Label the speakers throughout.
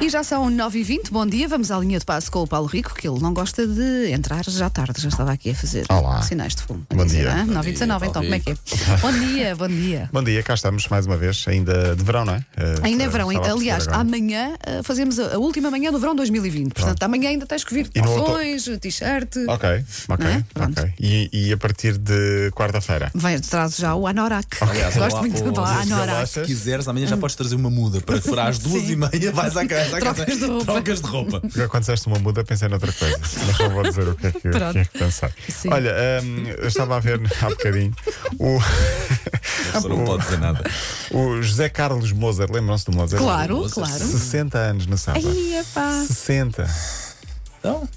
Speaker 1: E já são 9h20, bom dia, vamos à linha de passo com o Paulo Rico, que ele não gosta de entrar já tarde, já estava aqui a fazer
Speaker 2: Olá.
Speaker 1: sinais de fumo.
Speaker 2: Bom dia.
Speaker 1: Hã?
Speaker 2: Bom
Speaker 1: 9h19, então,
Speaker 3: Paulo
Speaker 1: como é que é? bom dia, bom dia.
Speaker 2: Bom dia, cá estamos mais uma vez, ainda de verão, não é? Eh,
Speaker 1: Ainda é verão,
Speaker 2: estava a
Speaker 1: aliás,
Speaker 2: perceber agora.
Speaker 1: amanhã ah, fazemos a, a última manhã do verão 2020, portanto, amanhã ainda tens que vir de
Speaker 2: E no outono-
Speaker 1: calções, t-shirt.
Speaker 2: Ok, ok,
Speaker 1: Não é? Pronto.
Speaker 2: ok. E, e a partir de quarta-feira?
Speaker 1: Vai, traz já o Anorak.
Speaker 3: Aliás,
Speaker 1: Gosto
Speaker 3: olá,
Speaker 1: muito Hum. da
Speaker 3: o-
Speaker 1: palavra
Speaker 3: se
Speaker 1: Anorak.
Speaker 2: Relaxas.
Speaker 3: quiseres, amanhã já podes trazer uma muda para furar às duas e meia, vais à casa, à casa
Speaker 1: Trocas de roupa.
Speaker 3: trocas de roupa.
Speaker 2: Agora, Quando disseste uma muda, pensei noutra coisa, mas não vou dizer o que é que,
Speaker 1: Pronto.
Speaker 2: o que, é que pensei.
Speaker 1: Sim.
Speaker 2: Olha, hum, eu estava a ver há bocadinho o,
Speaker 3: Só não pode dizer nada.
Speaker 2: o José Carlos Mozart, lembram-se do Mozart?
Speaker 1: Claro,
Speaker 3: Moças.
Speaker 1: claro.
Speaker 2: 60 anos na sábado.
Speaker 1: Ai, epá.
Speaker 2: 60.
Speaker 3: Então,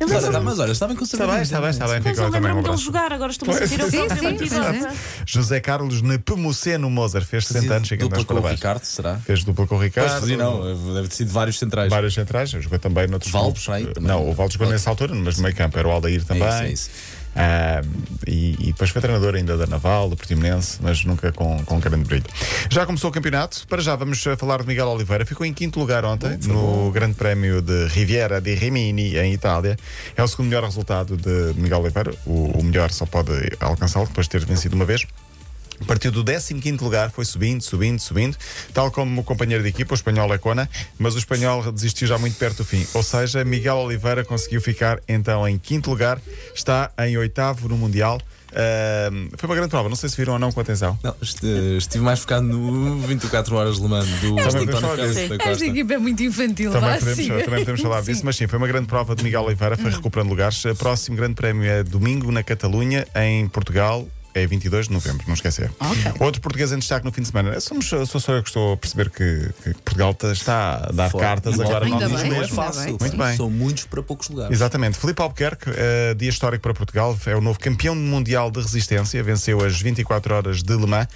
Speaker 3: mas, olha, mas olha, está bem com o
Speaker 2: Está bem, está bem, está bem,
Speaker 4: Mas
Speaker 2: ficou
Speaker 4: eu
Speaker 2: também um
Speaker 4: lembro-me dele
Speaker 2: abraço.
Speaker 4: jogar, agora estou-me a
Speaker 2: Pois.
Speaker 4: sentir eu
Speaker 1: Sim,
Speaker 4: própria
Speaker 1: sim,
Speaker 4: muito
Speaker 1: sim,
Speaker 4: idosa.
Speaker 2: José Carlos Nepomuceno Mozart fez 60 anos, chega
Speaker 3: Dupla
Speaker 2: nós
Speaker 3: com o
Speaker 2: parabéns.
Speaker 3: Ricardo, será?
Speaker 2: Fez dupla com o Ricardo.
Speaker 3: Pois, fazia, não, deve ter sido vários centrais.
Speaker 2: Várias centrais, jogou também noutros
Speaker 3: Valdo,
Speaker 2: clubes.
Speaker 3: aí, também.
Speaker 2: Não, o Valdo jogou nessa altura, mas no meio campo era o Aldair também.
Speaker 3: isso, é isso.
Speaker 2: Ah, e, e depois foi treinador ainda da Naval, do Portimonense, mas nunca com, com grande brilho. Já começou o campeonato, para já vamos ah, falar de Miguel Oliveira. Ficou em quinto lugar ontem no Grande Prémio de Riviera di Rimini, em Itália. É o segundo melhor resultado de Miguel Oliveira. O, o melhor só pode alcançá-lo depois de ter vencido uma vez. Partiu do 15 lugar, foi subindo, subindo, subindo, tal como o companheiro de equipa, o espanhol Econa, mas o espanhol desistiu já muito perto do fim. Ou seja, Miguel Oliveira conseguiu ficar então em quinto lugar, está em oitavo no Mundial. Ahm, foi uma grande prova, não sei se viram ou não com atenção.
Speaker 3: Não, este- estive mais focado no 24 horas Le Mans do
Speaker 2: podemos
Speaker 3: António
Speaker 2: falar
Speaker 3: Félix
Speaker 2: disso.
Speaker 3: da
Speaker 1: Esta
Speaker 3: Costa.
Speaker 1: equipa é muito infantil,
Speaker 2: Também
Speaker 1: vá Hum.
Speaker 2: podemos,
Speaker 1: assim.
Speaker 2: também podemos falar disso, mas sim, foi uma grande prova de Miguel Oliveira, foi recuperando lugares. O próximo grande prémio é domingo na Catalunha, em Portugal. É 22 de novembro, não esquecer.
Speaker 1: Ok.
Speaker 2: Outro português em destaque no fim de semana. Somos, sou só eu que estou a perceber que, que Portugal está a dar
Speaker 3: Fora.
Speaker 2: cartas
Speaker 3: Ainda
Speaker 2: agora
Speaker 3: bem,
Speaker 2: não
Speaker 1: ainda
Speaker 2: diz
Speaker 1: bem,
Speaker 3: Não é
Speaker 1: ainda
Speaker 2: mesmo.
Speaker 3: fácil.
Speaker 2: Muito bem.
Speaker 3: São muitos para poucos lugares.
Speaker 2: Exatamente. Felipe Albuquerque, eh, dia histórico para Portugal, é o novo campeão mundial de resistência, venceu as 24 horas de Le Mans,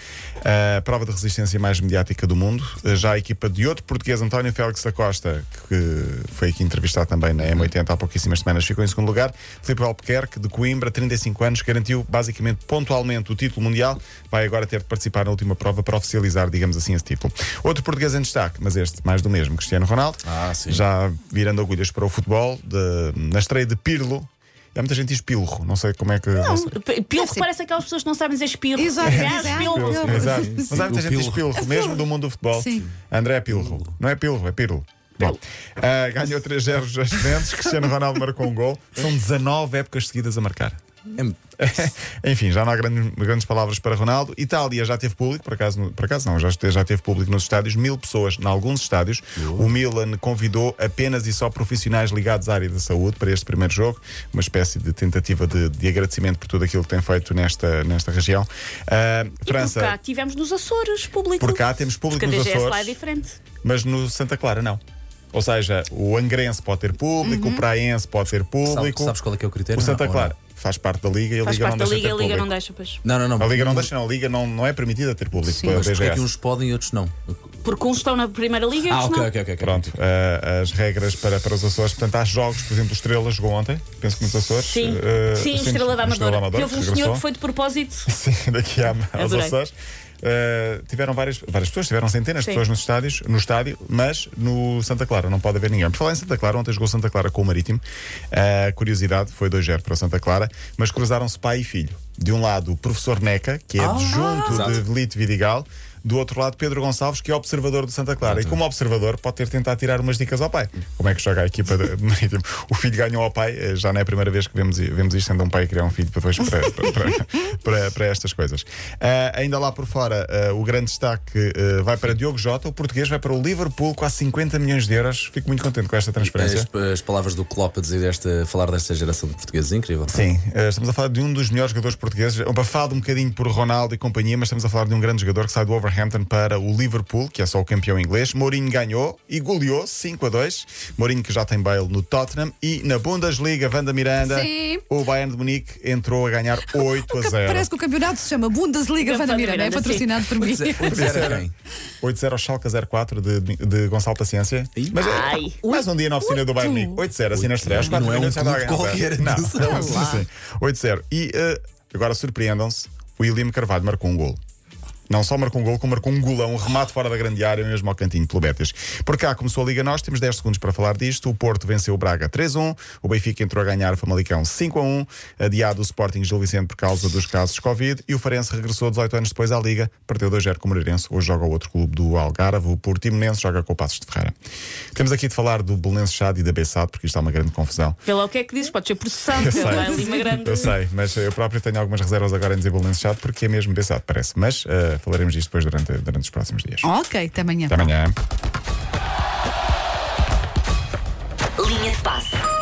Speaker 2: eh, a prova de resistência mais mediática do mundo. Eh, já a equipa de outro português, António Félix da Costa, que foi aqui entrevistado também na M80 há pouquíssimas semanas, ficou em segundo lugar. Felipe Albuquerque, de Coimbra, 35 anos, garantiu basicamente pontualmente o título mundial, vai agora ter de participar na última prova para oficializar, digamos assim, esse título. Outro português em destaque, mas este mais do mesmo, Cristiano Ronaldo.
Speaker 3: Ah, sim.
Speaker 2: Já já virando agulhas para o futebol, de- na estreia de Pirlo. Há muita gente que diz pilro, não sei como é que. Não, sei.
Speaker 4: P- Pirro parece aquelas pessoas que não sabem dizer espirro.
Speaker 1: Exato,
Speaker 4: É,
Speaker 1: exato.
Speaker 4: espirro.
Speaker 1: Pilro.
Speaker 2: Exato.
Speaker 3: Sim,
Speaker 2: Mas
Speaker 3: sim.
Speaker 2: há muita
Speaker 3: O
Speaker 2: gente que diz
Speaker 3: pilro.
Speaker 2: pilro, mesmo do mundo do futebol.
Speaker 1: Sim.
Speaker 2: André é pilro. Não é pilro, é pirlo. Bom, ah, ganhou 3-0 os Juventus, Cristiano Ronaldo marcou um gol. São 19 épocas seguidas a marcar.
Speaker 3: É-
Speaker 2: Enfim, já não há grandes, grandes palavras para Ronaldo. Itália já teve público, por acaso, no- por acaso não, já, este- já teve público nos estádios, mil pessoas, em alguns estádios. O Milan convidou apenas e só profissionais ligados à área da saúde para este primeiro jogo, uma espécie de tentativa de, de agradecimento por tudo aquilo que tem feito nesta, nesta região. Ah,
Speaker 4: E por cá
Speaker 2: França,
Speaker 4: tivemos nos Açores, público.
Speaker 2: por cá temos público
Speaker 4: Porque a
Speaker 2: nos
Speaker 4: DGS lá é
Speaker 2: Açores
Speaker 4: diferente.
Speaker 2: mas no Santa Clara não. Ou seja, o angrense pode ter público,
Speaker 4: Uhum.
Speaker 2: o praense pode ter público.
Speaker 3: Sabe- sabes qual é que é o critério?
Speaker 2: O Santa
Speaker 3: Não,
Speaker 2: Clara faz parte da Liga e a
Speaker 4: Faz
Speaker 2: Liga não
Speaker 4: parte da
Speaker 2: deixa
Speaker 4: Liga,
Speaker 2: ter
Speaker 4: a Liga não
Speaker 2: público.
Speaker 4: deixa, pois.
Speaker 3: Não, não, não.
Speaker 2: A Liga não deixa, não. A Liga não, não é permitida ter público
Speaker 3: Sim,
Speaker 2: pela
Speaker 3: mas porquê é que
Speaker 2: DGS.
Speaker 3: uns podem e outros não?
Speaker 4: Porque uns estão na Primeira Liga e
Speaker 3: Ah,
Speaker 4: outros
Speaker 3: ok,
Speaker 4: não.
Speaker 3: ok, ok.
Speaker 2: Pronto, ah, as regras para, para os Açores. Portanto, há jogos, por exemplo, Estrela jogou ontem, penso que nos Açores.
Speaker 4: Sim,
Speaker 2: Ah,
Speaker 4: sim, Estrela da Amadora. E houve um
Speaker 2: regressou.
Speaker 4: senhor que foi de propósito.
Speaker 2: Sim, daqui a, aos
Speaker 4: Adorei.
Speaker 2: Açores. Uh, tiveram várias, várias pessoas, tiveram centenas de
Speaker 4: Sim.
Speaker 2: pessoas nos estádios, no estádio, mas no Santa Clara não pode haver ninguém. Por falar em Santa Clara, ontem jogou Santa Clara com o Marítimo. Uh, curiosidade, foi 2-0 para o Santa Clara, mas cruzaram-se pai e filho. De um lado, o professor Neca, que é
Speaker 4: Ah,
Speaker 2: adjunto
Speaker 3: Exato.
Speaker 2: de Velito Vidigal. Do outro lado, Pedro Gonçalves, que é observador do Santa Clara. E como observador, pode ter tentado tirar umas dicas ao pai. Como é que joga a equipa do do Marítimo? O filho ganhou ao pai, eh, já não é a primeira vez que vemos, i- vemos isto, sendo um pai a criar um filho para depois para, para- para- para- para estas coisas. Ah, ainda lá por fora, ah, o grande destaque ah, vai para Diogo Jota, o português vai para o Liverpool com quase 50 milhões de euros. Fico muito contente com esta transferência.
Speaker 3: As, as palavras do Klopp a dizer esta, a falar desta geração de portugueses é incrível.
Speaker 2: Sim, eh, estamos a falar de um dos melhores jogadores portugueses, abafado um bocadinho por Ronaldo e companhia, mas estamos a falar de um grande jogador que sai do Wolverhampton para o Liverpool, que é só o campeão inglês. Mourinho ganhou e goleou 5 a 2. Mourinho que já tem baile no Tottenham e na Bundesliga, Wanda Miranda,
Speaker 1: Sim.
Speaker 2: o Bayern de Munique entrou a ganhar 8 a 0.
Speaker 1: Parece que o campeonato se chama Bundesliga Vanda Miranda, é
Speaker 4: Miranda,
Speaker 1: patrocinado por mim.
Speaker 3: é, Era quem?
Speaker 2: 8-0 ao Schalke 04 de, de Gonçalo Paciência.
Speaker 3: Ih.
Speaker 2: Mas, eh,
Speaker 4: Ai.
Speaker 2: mais um dia na oficina do Bayern Munique. 8-0, assim nas três.
Speaker 3: E
Speaker 2: quatro
Speaker 3: não é um
Speaker 2: minutos já estava a
Speaker 3: clube
Speaker 2: ganhar.
Speaker 3: qualquer, então. atenção.
Speaker 2: Não, sim, sim. 8-0. E eh, agora surpreendam-se, o William Carvalho marcou um gol. Não só marcou um gol, como marcou um golão, um remate fora da grande área, mesmo ao cantinho pelo Betis. Por cá começou a Liga Nós, temos 10 segundos para falar disto. O Porto venceu o Braga 3-1, o Benfica entrou a ganhar o Famalicão 5-1, adiado o Sporting Gil Vicente por causa dos casos Covid e o Farense regressou 18 anos depois à Liga, perdeu 2-0 com o Moreirense, hoje joga o outro clube do Algarve, o Portimonense joga com o Passos de Ferreira. Temos aqui de falar do Belenense Chade e da Bessade, porque isto é uma grande confusão.
Speaker 4: Vê lá o que é que diz, pode ser processado.
Speaker 2: Eu
Speaker 4: Vê lá ali uma grande.
Speaker 2: sei, eu sei, mas eu próprio tenho algumas reservas agora em dizer Belenense Chade, porque é mesmo Bessade, parece. Mas eh, falaremos disto depois durante, durante os próximos dias.
Speaker 1: Ok, até amanhã.
Speaker 2: Até amanhã.
Speaker 5: Linha de passe.